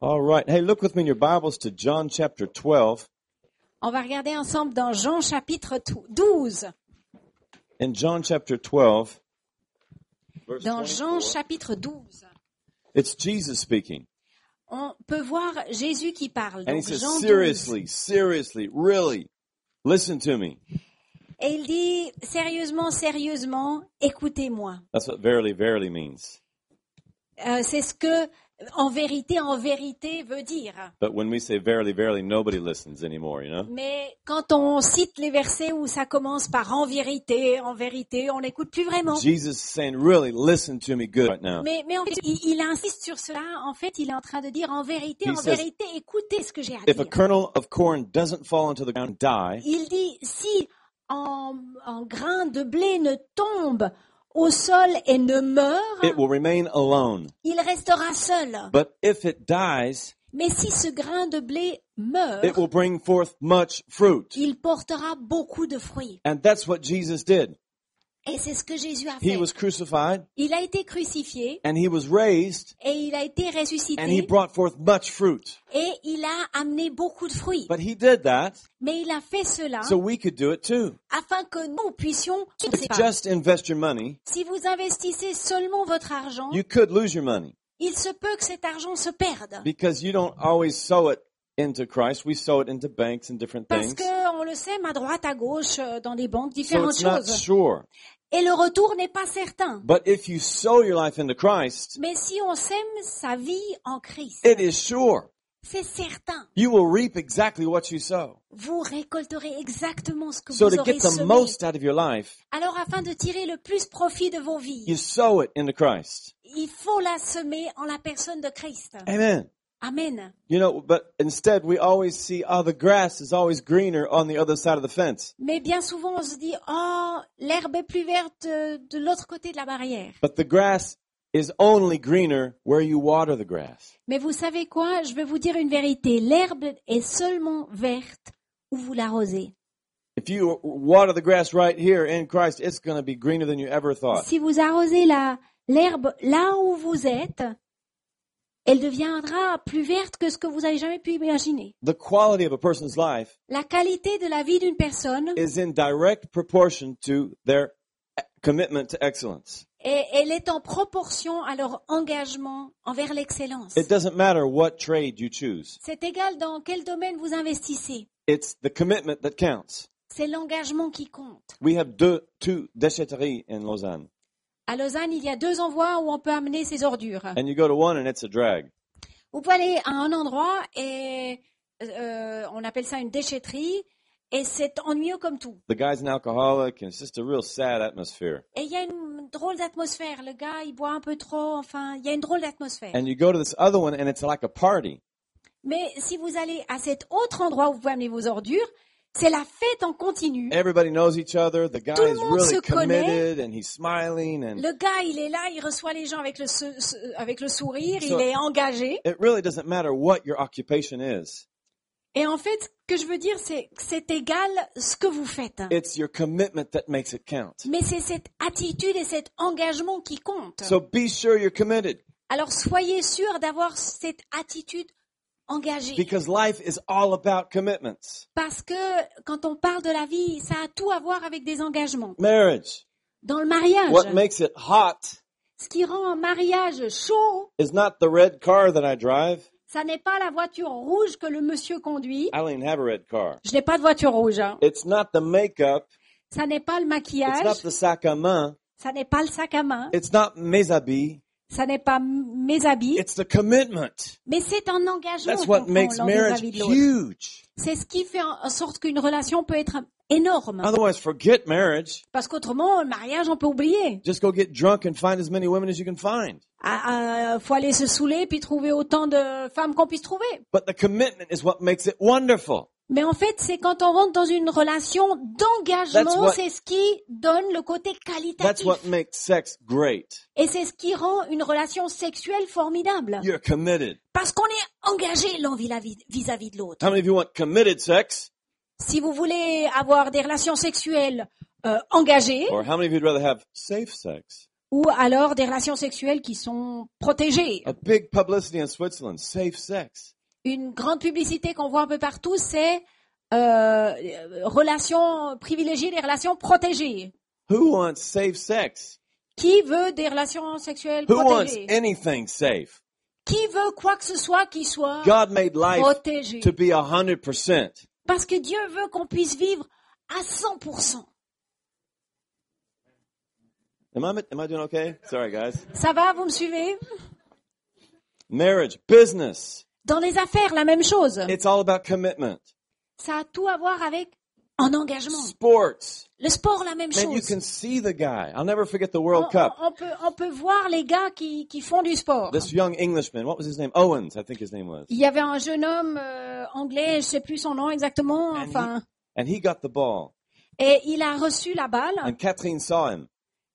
All right. Hey, look with me in your Bibles to John chapter 12. On va regarder ensemble dans Jean chapitre tou- 12. In John chapter 12, verse Dans 24, Jean chapitre 12, it's Jesus speaking. on peut voir Jésus qui parle. And he Donc, says, Jean 12. seriously, seriously, really, listen to me. Et il dit, sérieusement, sérieusement, écoutez-moi. That's what verily, verily means. Euh, c'est ce que, en vérité, en vérité veut dire. But when we say verily, verily, nobody listens anymore, you know? Mais quand on cite les versets où ça commence par en vérité, en vérité, on n'écoute plus vraiment. Jesus is saying, really, listen to me good right now. Mais, mais en fait, il, il insiste sur cela. En fait, il est en train de dire en vérité, He en says, vérité, écoutez ce que j'ai à If a dire. kernel of corn doesn't fall into the ground and die, Il dit si en, en grain de blé ne tombe au sol et ne it meurt, will remain alone. il restera seul. But if it dies, Mais si ce grain de blé it meurt, will bring forth much fruit. il portera beaucoup de fruits. And that's what Jesus did. Et c'est ce que Jésus a He fait. was crucified Il a été crucifié and he was raised et il a été and he ressuscité brought forth much fruit. et il a amené beaucoup de fruits. But he did that Mais il a fait cela so we could do it too. afin que nous puissions. Je ne sais If you pas. just invest your money, Si vous investissez seulement votre argent, you could lose your money il se peut que cet argent se perde. because you don't always sow it into Christ. We sow it into banks and different Parce things. que on le sème à droite, à gauche, euh, dans des banques, So différentes it's not choses. sure. Et le retour n'est pas certain. But if you sow your life into Christ, Mais si on sème sa vie en Christ, it is sure. c'est certain. You will reap exactly what you sow. Vous récolterez exactement ce que So vous to aurez get the semé. most out of your life, Alors afin de tirer le plus profit de vos you vies, sow it into Christ. il faut la semer en la personne de Christ. Amen. Amen. You know, but instead we always see, oh, the grass is always greener on the other side of the fence. Mais bien souvent, on se dit, oh, l'herbe est plus verte euh, de l'autre côté de la barrière. But the grass is only greener where you water the grass. Mais vous savez quoi Je vais vous dire une vérité. L'herbe est seulement verte où vous l'arrosez. If you water the grass right here in Christ, it's going to be greener than you ever thought. Si vous arrosez la- l'herbe là où vous êtes, elle deviendra plus verte que ce que vous avez jamais pu imaginer. The quality of a person's life La qualité de la vie d'une personne is in direct proportion to their commitment to excellence. est, elle est en proportion à leur engagement envers l'excellence. It doesn't matter what trade you choose. C'est égal dans quel domaine vous investissez. It's the commitment that counts. C'est l'engagement qui compte. We have deux, two déchetteries in Lausanne. À Lausanne, il y a deux endroits où on peut amener ses ordures. And you go to one and it's a drag. Vous pouvez aller à un endroit et euh, on appelle ça une déchetterie et c'est ennuyeux comme tout. The guy's an alcoholic, and it's just a real sad atmosphere. Et il y a une drôle d'atmosphère. Le gars, il boit un peu trop. Enfin, il y a une drôle d'atmosphère. And you go to this other one, and it's like a party. Mais si vous allez à cet autre endroit où vous pouvez amener vos ordures, c'est la fête en continu. Everybody knows each other. The guy Tout le is monde really se connaît. committed, and he's smiling, and Le gars, il est là, il reçoit les gens avec le, sou- sou- avec le sourire, So- il est engagé. it really doesn't matter what your occupation is. Et en fait, ce que je veux dire, c'est que c'est égal ce que vous faites. It's your commitment that makes it count. Mais c'est cette attitude et cet engagement qui comptent. So be sure you're committed, Alors soyez sûr d'avoir cette attitude engagée. because life is all about commitments. Parce que quand on parle de la vie, ça a tout à voir avec des engagements. Marriage. Dans le What mariage, makes it hot ce qui rend un mariage chaud, is not the red car that I drive. ça n'est pas la voiture rouge que le monsieur conduit. I don't even have a red car. Je n'ai pas de voiture rouge. hein. It's not the makeup. Ça n'est pas le It's maquillage. not the sac à main. Ça n'est pas le sac à main. It's not mes habits. Ça n'est pas m- mes habits. It's the commitment. Mais c'est un engagement That's qu'on what prend makes l'un marriage vis-à-vis de l'autre. huge. C'est ce qui fait en sorte qu'une relation peut être énorme. Otherwise, forget marriage. Parce qu'autrement, le mariage, on peut oublier. Just go get drunk and find as many women as you can find. Ah, ah, faut aller se saouler puis trouver autant de femmes qu'on puisse trouver. But the commitment is what makes it wonderful. Mais en fait, c'est quand on rentre dans une relation That's d'engagement, what- c'est ce qui donne le côté That's qualitatif. what makes sex great. Et c'est ce qui rend une relation sexuelle formidable. You're committed. Parce qu'on est engagé l'un vis- la- vis- vis-à-vis de l'autre. How many of you want committed sex? Si vous voulez avoir des relations sexuelles euh, engagées, Or how many of you'd rather have safe sex? ou alors des relations sexuelles qui sont protégées. A big publicity in Switzerland, safe sex. Une grande publicité qu'on voit un peu partout, c'est euh, euh, relations privilégiées, des relations protégées. Who wants safe sex? Qui veut des relations sexuelles Who wants protégées anything safe? Qui veut quoi que ce soit qui soit God made life protégé to be 100%. Parce que Dieu veut qu'on puisse vivre à 100%. Am I, am I doing okay? Sorry, guys. Ça va, vous me suivez Marriage, business, Dans les affaires, la même chose. it's all about commitment. Ça a tout à voir avec un engagement. Sports, Le sport, la même man, you chose. can see the guy. I'll never forget the On, World Cup. on- on peut, on peut voir les gars qui, qui font du sport. This young Englishman, what was his name? Owens, I think his name was. Il y avait un jeune homme euh, anglais, je sais plus son nom exactement, And enfin, And he got the ball. et il a reçu la balle And Catherine saw him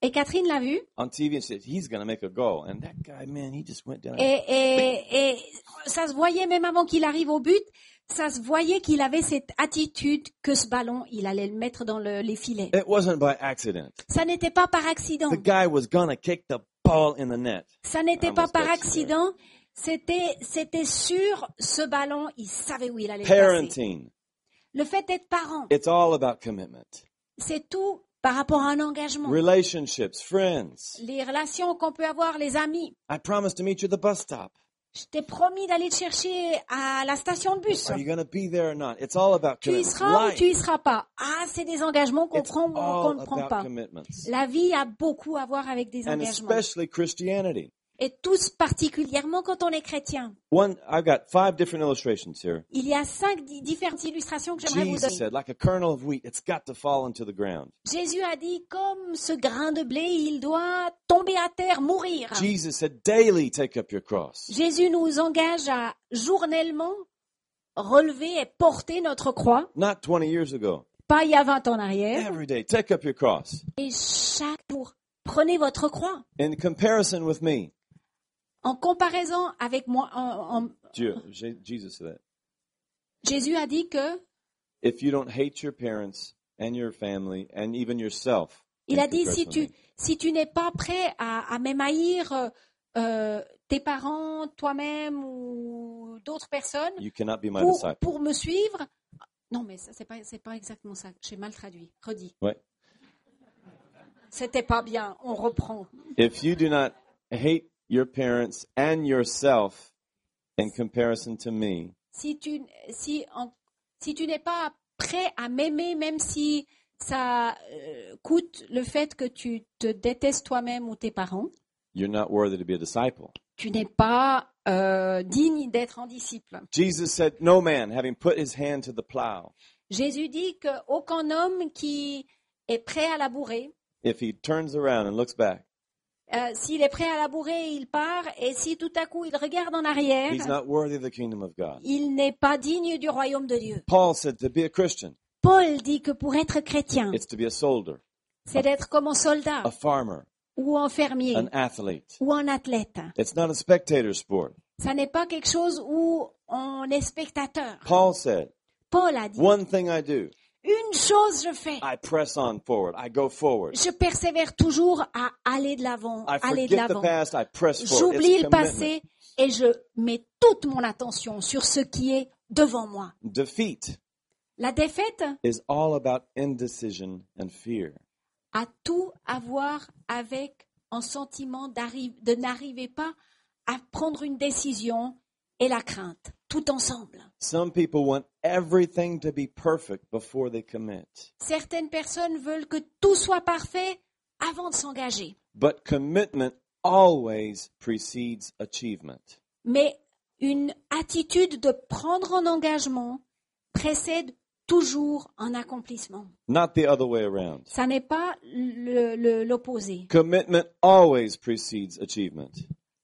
et Catherine l'a vu on TV and said, he's going to make a goal. And that guy, man, he just went down. et, et, et ça se voyait même avant qu'il arrive au but, ça se voyait qu'il avait cette attitude que ce ballon, il allait le mettre dans le- les filets. It wasn't by accident. Ça n'était pas par accident. The guy was going to kick the ball in the net. Ça n'était Ah, pas bon, par c'est pas accident. C'était, c'était sûr, ce ballon, il savait où il allait le placer. Parenting, Le fait d'être parent, it's all about commitment. c'est tout par rapport à un engagement. Relationships, friends. Les relations qu'on peut avoir, les amis. I promised to meet you at the bus stop. Je t'ai promis d'aller te chercher à la station de bus. Are you going to be there or not? It's all about Tu y commitment. seras ou Life, tu y seras pas. Ah, c'est des engagements qu'on it's prend ou qu'on all ne prend about pas. commitments. La vie a beaucoup à voir avec des And engagements. especially Christianity. Et tous particulièrement quand on est chrétien. One, I've got five different illustrations here. Il y a cinq di- différentes illustrations que j'aimerais vous Jesus donner. said, like a kernel of wheat, it's got to fall into the ground. Jésus a dit, comme ce grain de blé, il doit tomber à terre, mourir. Jesus said, daily take up your cross. Jésus nous engage à journellement relever et porter notre croix, Not 20 years ago. pas il y a 20 ans en arrière, Every day, take up your cross. et chaque jour, prenez votre croix. In comparison with me, En comparaison avec moi, en- en- Dieu, J- Jesus said that. Jésus a dit que, If you don't hate your parents and your family and even yourself, il in a dit, si comparison tu, with me, si tu n'es pas prêt à, à même haïr euh, euh, tes parents, toi-même ou d'autres personnes, you cannot be my pour, disciple. pour me suivre. Non, mais ça, c'est pas, c'est pas exactement ça. J'ai mal traduit. Redis. Ouais. C'était pas bien. On reprend. If you do not hate your parents and yourself in comparison to me, Si tu, si, en- si tu n'es pas prêt à m'aimer, même si ça euh, coûte le fait que tu te détestes toi-même ou tes parents, you're not worthy to be a disciple. tu n'es pas euh, digne d'être en disciple. Jesus said, No man, having put his hand to the plow, Jésus dit qu'aucun homme qui est prêt à labourer, if he turns around and looks back, euh, s'il est prêt à labourer, il part, et si tout à coup il regarde en arrière, he's not worthy of the kingdom of God. il n'est pas digne du royaume de Dieu. Paul said, To be a Christian, Paul dit que pour être chrétien, it's to be a soldier, c'est d'être comme un soldat a farmer, ou un fermier an athlete. ou un athlète. It's not a spectator sport. Ça n'est pas quelque chose où on est spectateur. Paul said, Paul a dit, One thing I do, une chose je fais, I press on forward, I go forward. je persévère toujours à aller de l'avant, I aller de forget the l'avant. past, I press forward. It's J'oublie commitment. le passé et je mets toute mon attention sur ce qui est devant moi. Defeat La défaite is all about indecision and fear. a tout à voir avec un sentiment d'arri- de n'arriver pas à prendre une décision et la crainte, tout ensemble. Some people want everything to be perfect before they commit. Certaines personnes veulent que tout soit parfait avant de s'engager, But commitment always precedes achievement. mais une attitude de prendre un engagement précède toujours un accomplissement. Not the other way around. Ça n'est pas le- le- l'opposé. Commitment always precedes achievement.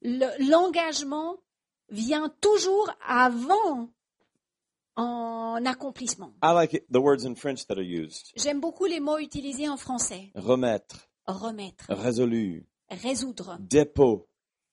Le- L'engagement vient toujours avant un accomplissement. I like it, the words in French that are used. J'aime beaucoup les mots utilisés en français. Remettre, Remettre, résolu, résoudre, dépôt.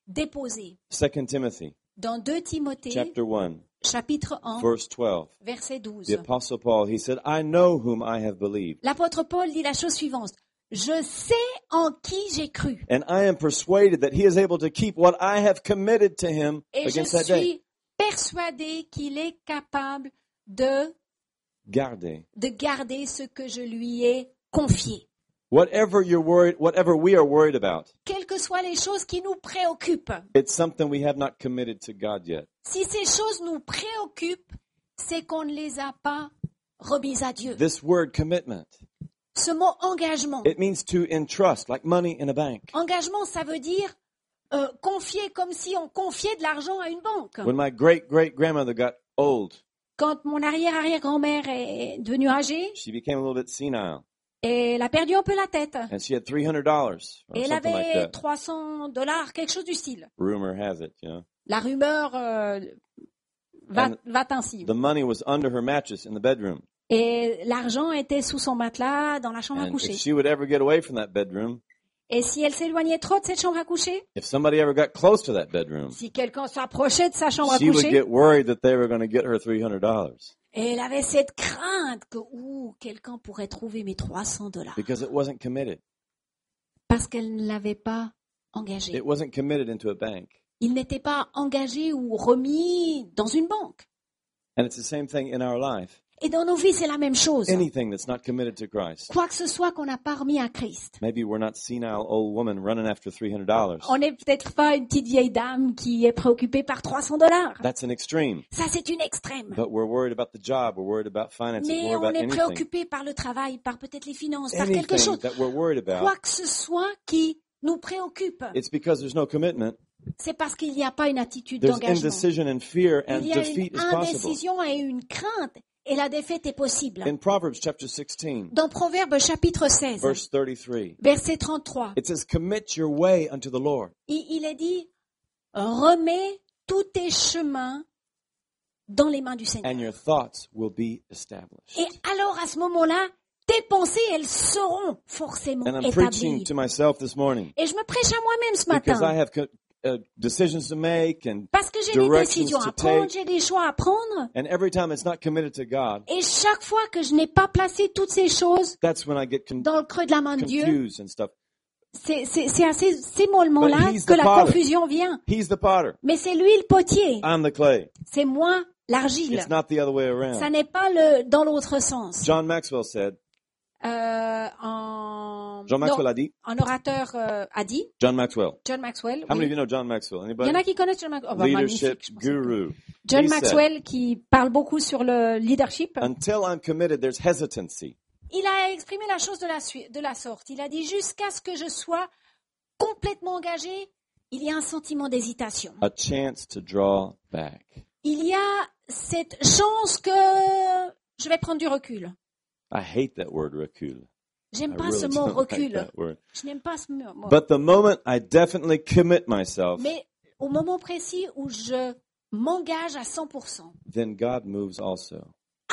déposer. 2 Timothy Dans 2 Timothée, chapter 1, chapitre 1, verse 12. verset The 12, apostle Paul, he said, I know whom I have believed. l'apôtre Paul dit la chose suivante. Je sais en qui j'ai cru. And I am persuaded that he is able to keep what I have committed to him Et je against that day. suis persuadée qu'il est capable de, Garde. de garder ce que je lui ai confié. Whatever you're worried, whatever we are worried about, Quelles que soient les choses qui nous préoccupent, it's something we have not committed to God yet. si ces choses nous préoccupent, c'est qu'on ne les a pas remises à Dieu. This word commitment, Ce mot engagement, it means to entrust, like money in a bank. engagement, ça veut dire euh, confier comme si on confiait de l'argent à une banque. When my great great grandmother got old, Quand mon arrière-arrière-grand-mère est devenue âgée, she became a little bit senile, elle a perdu un peu la tête. and she had three hundred dollars or Et elle something like avait that. 300 dollars, quelque chose du style. Rumor has it, you know. La rumeur euh, va, And va ainsi. The money was under her mattress in the bedroom, Et l'argent était sous son matelas dans la chambre à and if coucher. she would ever get away from that bedroom, Et si elle s'éloignait trop de cette chambre à coucher, if somebody ever got close to that bedroom, si quelqu'un s'approchait de sa chambre à she would coucher, get worried that they were going to get her three hundred dollars et elle avait cette crainte que ouh, quelqu'un pourrait trouver mes 300 dollars because it wasn't committed. parce qu'elle ne l'avait pas engagé. It wasn't committed into a bank. Il n'était pas engagé ou remis dans une banque. And it's the same thing in our life. Et dans nos vies, c'est la même chose. Anything that's not committed to Christ. Quoi que ce soit qu'on n'a pas remis à Christ. Maybe we're not senile old woman running after three hundred dollars. On n'est peut-être pas une petite vieille dame qui est préoccupée par 300 dollars. That's an extreme. Ça, c'est une extrême. But we're worried about the job. We're worried about finances. We're Mais worried about on est bah, anything. préoccupé par le travail, par peut-être les finances, par quelque Anything chose. that we're worried about. Quoi que ce soit qui nous préoccupe, It's because there's no commitment. c'est parce qu'il n'y a pas une attitude There's d'engagement. indecision and fear, and Il y a defeat une is possible. indécision et une crainte, et la défaite est possible. In Proverbs chapter 16, Dans Proverbe chapitre 16, verse 33, verset 33, it says, "Commit your way unto the Lord." il, il est dit, remets tous tes chemins dans les mains du Seigneur. and your thoughts will be established. Et alors, à ce moment-là, tes pensées, elles seront forcément And I'm preaching établies. to myself this morning Et je me prêche à moi-même ce because I matin. have co- uh, decisions to make, and Parce que j'ai des directions décisions to à prendre, take. j'ai des choix à prendre. and every time it's not committed to God, Et chaque fois que je n'ai pas placé toutes ces choses that's when I get con- dans le creux de la main de Dieu, confused and stuff. c'est c'est- c'est à ces, ces moments-là But he's the que la potter. confusion vient. He's the potter. Mais c'est lui le potier, I'm the clay. c'est moi Ah. l'argile. It's not the other way Ça around. n'est pas le dans l'autre sens. John Maxwell said. Euh, en, John Maxwell a dit. un orateur euh, a dit, John Maxwell. John Maxwell, How oui. many of you know John Maxwell? Il y Anybody? en a qui connaissent John Maxwell. Oh, bah, Leadership magnifique, je pensais que- guru. John He said, Maxwell qui parle beaucoup sur le leadership. Until I'm committed, there's hesitancy. Il a exprimé la chose de la, sui- de la sorte. Il a dit jusqu'à ce que je sois complètement engagé, il y a un sentiment d'hésitation. A chance to draw back. Il y a cette chance que je vais prendre du recul. I hate that word recul. I J'aime pas really ce mot don't like recul. that word. Je n'aime pas ce mot. But the moment I definitely commit myself, Mais au moment précis où je m'engage à 100%, then God moves also.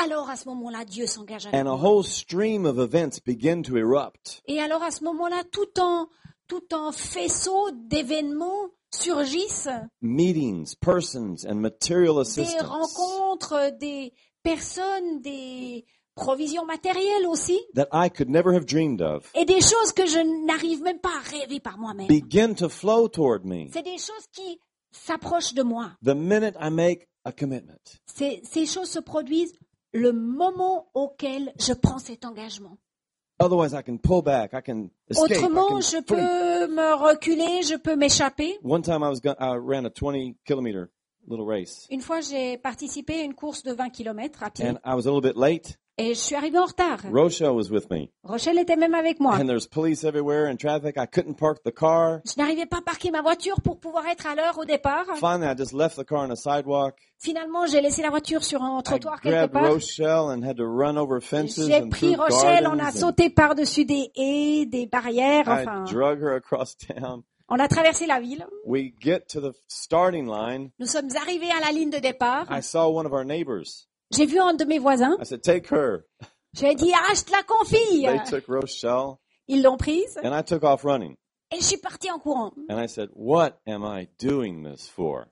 alors à ce moment-là, Dieu s'engage avec And a moi. whole stream of events begin to erupt. Et alors à ce moment-là, tout en, tout en faisceau d'événements surgissent, Meetings, persons, and material des assistance rencontres, des personnes, des provisions matérielles aussi, that I could never have dreamed of et des choses que je n'arrive même pas à rêver par moi-même. begin to flow toward me C'est des choses qui s'approchent de moi. the minute I make a commitment. Ces, ces choses se produisent le moment auquel je prends cet engagement. Otherwise, I can pull back. I can escape. I Autrement, can je flee. peux me reculer, je peux m'échapper. One time I was go- I ran a 20 kilometer little race, Une fois, j'ai participé à une course de 20 km à pied. and I was a little bit late. Et je suis arrivée en retard. Rochelle was with me, Rochelle était même avec moi. and there's police everywhere and traffic. I couldn't park the car. Je n'arrivais pas à parquer ma voiture pour pouvoir être à l'heure au départ. Finally, I just left the car on a sidewalk. Finalement, j'ai laissé la voiture sur un I trottoir quelque grabbed part. Rochelle and had to run over fences J'ai and pris through Rochelle, on a gardens and sauté par-dessus des haies, des barrières, enfin, I drug her across town. on a traversé la ville. We get to the starting line. Nous sommes arrivés à la ligne de départ. I saw one of our neighbors. J'ai vu un de mes voisins. I said, "Take her." J'ai dit, ah, je te la confie. They took Rochelle, Ils l'ont prise and I took off running. et je suis partie en courant. And I said, "What am I doing this for?"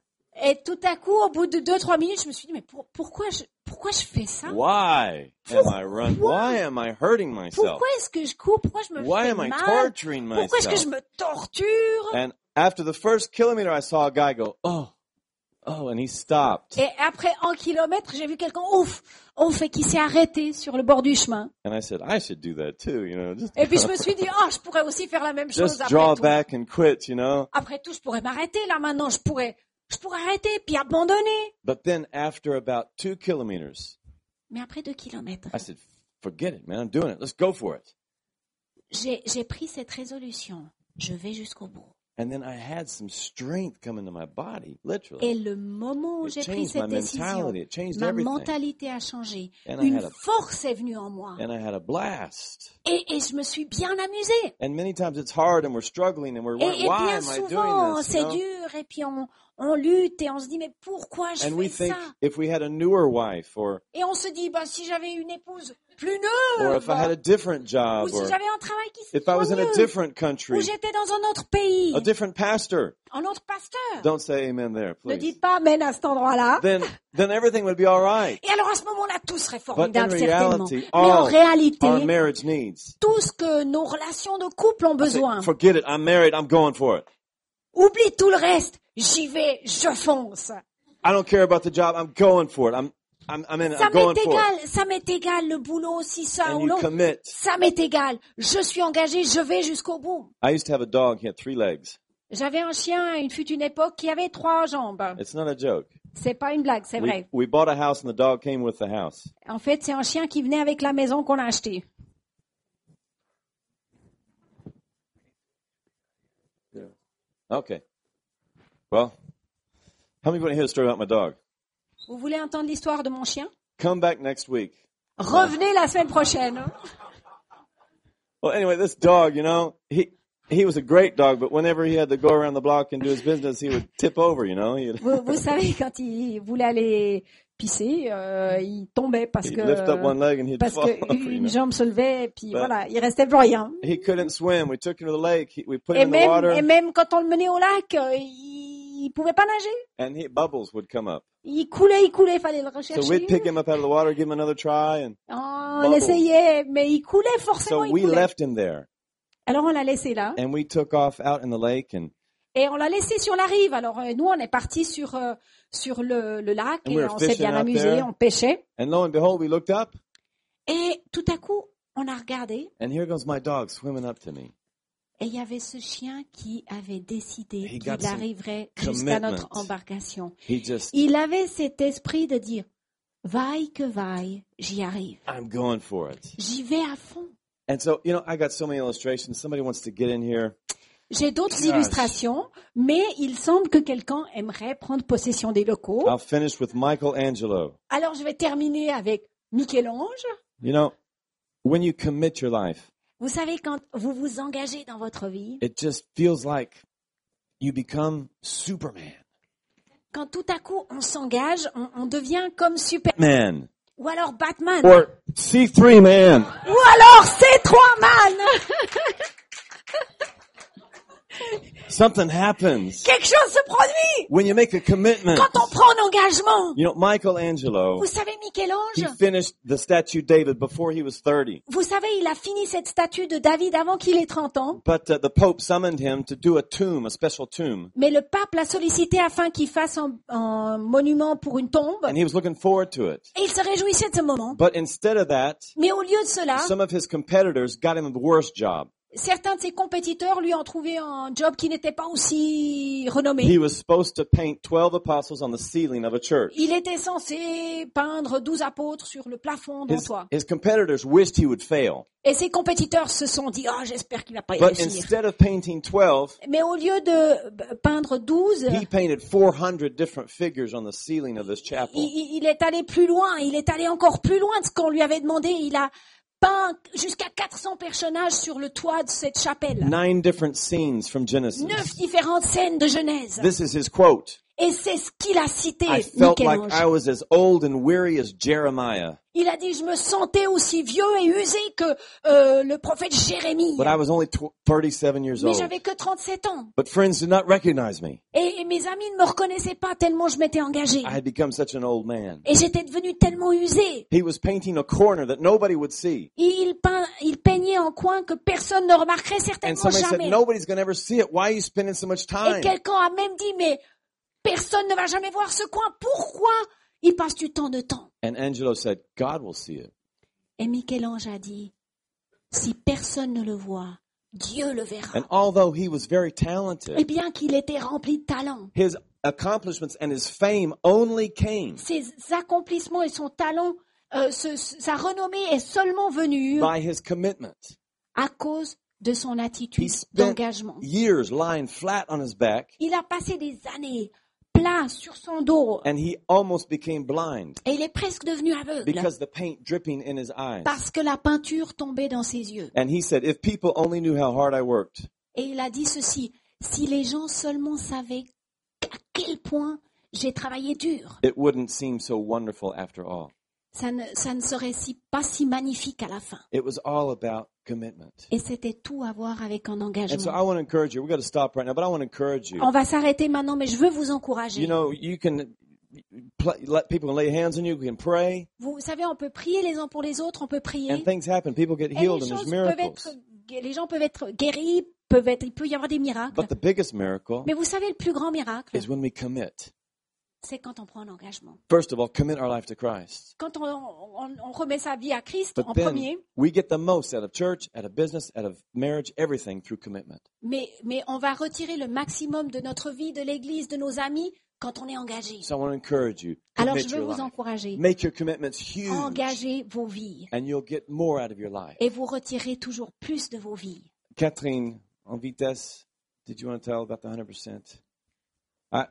Et tout à coup, au bout de 2-3 minutes, je me suis dit, mais pour- pourquoi, je, pourquoi je fais ça Why am I run? Why am I hurting myself? Pourquoi est-ce que je cours Pourquoi je me Why fais am I mal torturing Pourquoi est-ce que myself? je me torture And after the first kilometer, I saw a guy go, oh, oh, and he stopped. Et après, en kilomètre, j'ai vu quelqu'un, ouf, ouf, et qui s'est arrêté sur le bord du chemin. And I said, I should do that too, you know, just, Et puis je me suis dit, oh, je pourrais aussi faire la même chose just après draw tout. back and quit, you know. Après tout, je pourrais m'arrêter là maintenant, je pourrais, je pourrais arrêter, puis abandonner. But then after about two kilometers, Mais après deux kilomètres, I said, forget it, man, I'm doing it. Let's go for it. j'ai j'ai pris cette résolution. Je vais jusqu'au bout. And then I had some strength come into my body, literally. Et le moment où Oh. It j'ai pris changed my cette décision, mentality. It changed ma everything. mentalité a changé. And I Une had a force est venue en moi. and I had a blast. Et, et je me suis bien amusée. And many times it's hard and we're struggling and we're wondering, Et, et why bien am I doing souvent, this? c'est You know? dur. Et puis on, on lutte et on se dit, mais pourquoi je And we fais think ça if we had a newer wife or Et on se dit, bah, si j'avais une épouse plus or if neuve, I had a different ou job si or j'avais un travail qui se if I was in a mieux, different ou country, j'étais dans un autre pays, a different pastor. un autre pasteur, Don't say amen there, Ah. ne please. dites pas amen à cet endroit-là. Then then everything would be all right. Et alors à ce moment-là, tout serait But in formidable, certainement. reality, Mais en all réalité, our marriage needs. tout ce que nos relations de couple ont Say, besoin, Forget it, I'm married, I'm going for it. oublie tout le reste, j'y vais, je fonce. I don't care about the job, I'm going for it. I'm I'm I'm in it, Ça I'm going m'est for it. égal, ça m'est égal le boulot, si ça And ou you l'autre. commit. Ça m'est égal. Je suis engagé, je vais jusqu'au bout. I used to have a dog, he had three legs. J'avais un chien, il fut une époque, qui avait trois jambes. It's not a joke. C'est pas une blague, c'est We, vrai. we bought a house and the dog came with the house. En fait, c'est un chien qui venait avec la maison qu'on a achetée. Okay. Well, how many want to hear the story about my dog? Vous voulez entendre l'histoire de mon chien Come back next week. Revenez la semaine prochaine. Well, anyway, this dog, you know, he he was a great dog, but whenever he had to go around the block and do his business, he would tip over. You know, he'd, Vous, vous savez, quand il voulait aller pisser, euh, il tombait parce he'd lift up one que leg and he'd parce fall over. You qu'une know? jambe se levait et puis Bah. voilà, il restait plus rien. He couldn't swim. We took him to the lake. He, we put Et him in the même, et water, même quand on le menait au lac, euh, il, il pouvait pas nager. and he, bubbles would come up. Il coulait, il coulait, fallait le So rechercher. we'd pick him up out of the water, give him another try, and on Bubble. l'essayait, mais il coulait forcément. so il we coulait. left him there, Alors on l'a laissé là and we took off out in the lake, and et on l'a laissé sur la rive. Alors euh, nous, on est parti sur euh, sur le, le lac And et we were on s'est fishing bien out amusé, there. on pêchait. and lo and behold, we looked up, Et tout à coup, on a regardé and here goes my dog swimming up to me. Et il y avait ce chien qui avait décidé He got qu'il some arriverait jusqu'à notre commitment. embarcation. He just, Il avait cet esprit de dire Vaille que vaille, j'y arrive. I'm going for it. J'y vais à fond. And so, you know, I got so many illustrations. Somebody wants to get in here. J'ai d'autres Gosh. illustrations, mais il semble que quelqu'un aimerait prendre possession des locaux. I'll finish with Michelangelo. Alors je vais terminer avec Michel-Ange. You know, when you commit your life, Vous savez, quand vous vous engagez dans votre vie, it just feels like you become Superman. quand tout à coup on s'engage, on, on devient comme Super Man. ou alors Batman, Or C3 man. ou alors C3-Man. Something happens Quelque chose se produit when you make a commitment. quand on prend un engagement. You know, Michelangelo, Vous savez, he Michel-Ange, finished the statue David before he was 30. vous savez, il a fini cette statue de David avant qu'il ait 30 ans, But uh, the Pope summoned him to do a tomb, a special tomb. mais le pape l'a sollicité afin qu'il fasse un, un monument pour une tombe, And he was looking forward to it. et il se réjouissait de ce moment. But instead of that, Mais au lieu de cela, some of his competitors got him the worst job. certains de ses compétiteurs lui ont trouvé un job qui n'était pas aussi renommé. He was supposed to paint 12 apostles on the ceiling of a church. Il était censé peindre 12 apôtres sur le plafond d'un His, toit. his competitors wished he would fail. Et ses compétiteurs se sont dit, ah, j'espère qu'il n'a pas But réussi. instead of painting 12, Mais au lieu de peindre 12, he painted 400 different figures on the ceiling of this il, chapel. il- il est allé plus loin, il est allé encore plus loin de ce qu'on lui avait demandé. Il a peint jusqu'à 400 personnages sur le toit de cette chapelle. Nine different scenes from Genesis. Neuf différentes scènes de Genèse. This is his quote. Et c'est ce qu'il a cité, I felt like Michel-Ange. I was as old and weary as Jeremiah, Il a dit, je me sentais aussi vieux et usé que euh, le prophète Jérémie. but I was only tw- 37 years Mais old. j'avais que 37 ans. But friends did not recognize me. Et, et mes amis ne me reconnaissaient pas tellement je m'étais engagée. I had become such an old man. Et j'étais devenue tellement usée. He was painting a corner that nobody would see. Et il, peint, il peignait en coin que personne ne remarquerait And certainement somebody said, jamais. nobody's going to ever see it. Why are you spending so much Et time? quelqu'un a même dit, mais personne ne va jamais voir ce coin. Pourquoi il passe du temps de temps And Angelo said, God will see it. Et Michel-Ange a dit, si personne ne le voit, Dieu le verra. And although he was very Et talented, bien qu'il était rempli de talent, his accomplishments and his fame only came ses accomplissements et son talent, euh, ce- ce- sa renommée est seulement venue by his commitment. à cause de son He attitude spent d'engagement. years lying flat on his back, Il a passé des années plat sur son dos and he almost became blind et il est presque devenu aveugle because the paint dripping in his eyes. parce que la peinture tombait dans ses yeux. And he said, If people only knew how hard I worked, Et il a dit ceci, si les gens seulement savaient à quel point j'ai travaillé dur, it wouldn't seem so wonderful after all. ça ne, ça ne serait si, pas si magnifique à la fin. It was all about commitment. Et c'était tout à voir avec un And so engagement. I want to encourage you. We're going to stop right now, but I want to encourage you. On va s'arrêter maintenant, mais je veux vous encourager. You know, you can pl- let people can lay hands on you. You can pray, vous savez, on peut prier les uns pour les autres, on peut prier. and things happen. People get Et les, healed, and there's choses peuvent être, miracles. les gens peuvent être guéris, peuvent être, il peut y avoir des miracles. But the biggest miracle Mais vous savez, le plus grand miracle, is when we commit. c'est quand on prend un engagement. First of all, commit our life to Christ. Quand on, on- on remet sa vie à Christ en But premier, then we get the most out of church, out of business, out of marriage, everything through commitment. mais, mais on va retirer le maximum de notre vie, de l'Église, de nos amis, quand on est engagé. So I want to encourage you. Alors je Commit veux your vous life. encourager. Make your commitments huge, Engagez vos vies and you'll get more out of your life. et vous retirez toujours plus de vos vies. Catherine, en vitesse, did you want to tell about the 100%? I,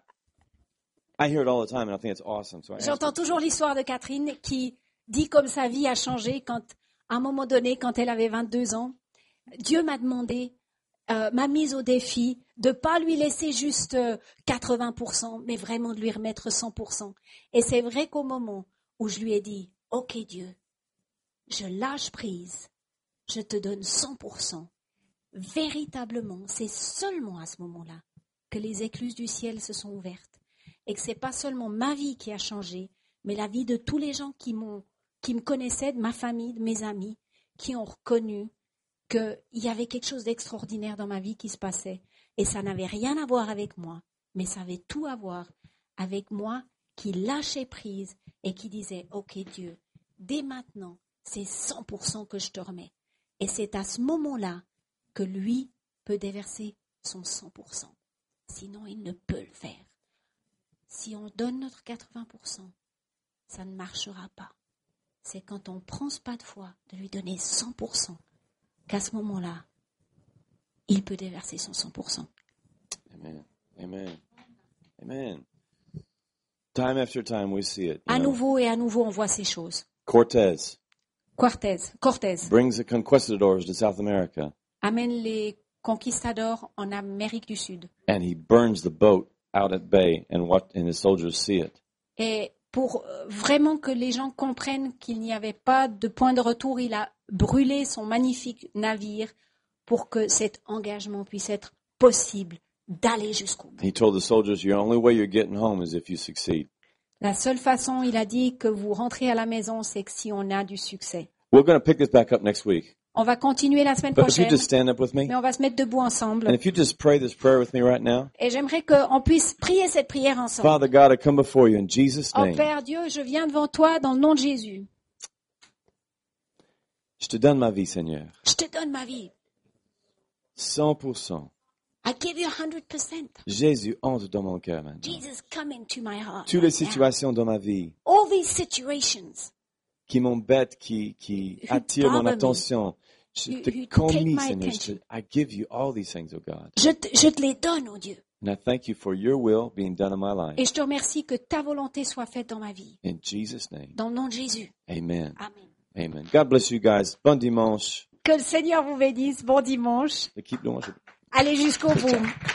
I hear it all the time, and I think it's awesome. So I asked J'entends her. toujours l'histoire de Catherine qui dit comme sa vie a changé quand, à un moment donné, quand elle avait 22 ans, Dieu m'a demandé, euh, m'a mise au défi de ne pas lui laisser juste euh, 80%, mais vraiment de lui remettre 100%. Et c'est vrai qu'au moment où je lui ai dit, OK Dieu, je lâche prise, je te donne 100%, véritablement, c'est seulement à ce moment-là que les écluses du ciel se sont ouvertes et que c'est pas seulement ma vie qui a changé, mais la vie de tous les gens qui m'ont, qui me connaissaient, de ma famille, de mes amis, qui ont reconnu qu'il y avait quelque chose d'extraordinaire dans ma vie qui se passait. Et ça n'avait rien à voir avec moi, mais ça avait tout à voir avec moi qui lâchait prise et qui disait, OK Dieu, dès maintenant, c'est 100% que je te remets. Et c'est à ce moment-là que lui peut déverser son 100%. Sinon, il ne peut le faire si on donne notre 80%, ça ne marchera pas. C'est quand on prend ce pas de foi de lui donner 100% qu'à ce moment-là, il peut déverser son 100%. Amen. Amen. Amen. Time after time, we see it. you À know. nouveau et à nouveau, on voit ces choses. Cortez Cortez, Cortez brings the conquistadors to South America, amène les conquistadors en Amérique du Sud and he burns the boat out at bay, and, what, and his soldiers see it. et pour euh, vraiment que les gens comprennent qu'il n'y avait pas de point de retour, il a brûlé son magnifique navire pour que cet engagement puisse être possible d'aller jusqu'au bout. He told the soldiers, Your only way you're getting home is if you succeed. La seule façon, il a dit, que vous rentrez à la maison, c'est que si on a du succès. We're going to pick this back up next week. On va continuer la semaine But if you prochaine, just stand up with me, mais on va se mettre debout and ensemble. if you just pray this prayer with me right now. Et j'aimerais qu'on puisse prier cette prière ensemble. Father God, I come before you in Jesus' Oh name. Père Dieu, je viens devant toi dans le nom de Jésus. Je te donne ma vie, Seigneur. Je te donne ma vie. 100%. I give you 100%. Jésus entre dans mon cœur maintenant. Jesus, come into my heart. Toutes les right now. situations dans ma vie All these situations qui m'embêtent, qui, qui Who attirent mon bother me. attention, je You- te you commis, take my Seigneur. Je te- I give you all these things, oh God. je te, je te les donne, oh Dieu. And I thank you for your will being done in my life. Et je te remercie que ta volonté soit faite dans ma vie. In Jesus' name, Dans le nom de Jésus. amen. Amen. Amen. God bless you guys. Bon dimanche. Que le Seigneur vous bénisse. Bon dimanche. L'équipe de moi, je- Allez jusqu'au bout.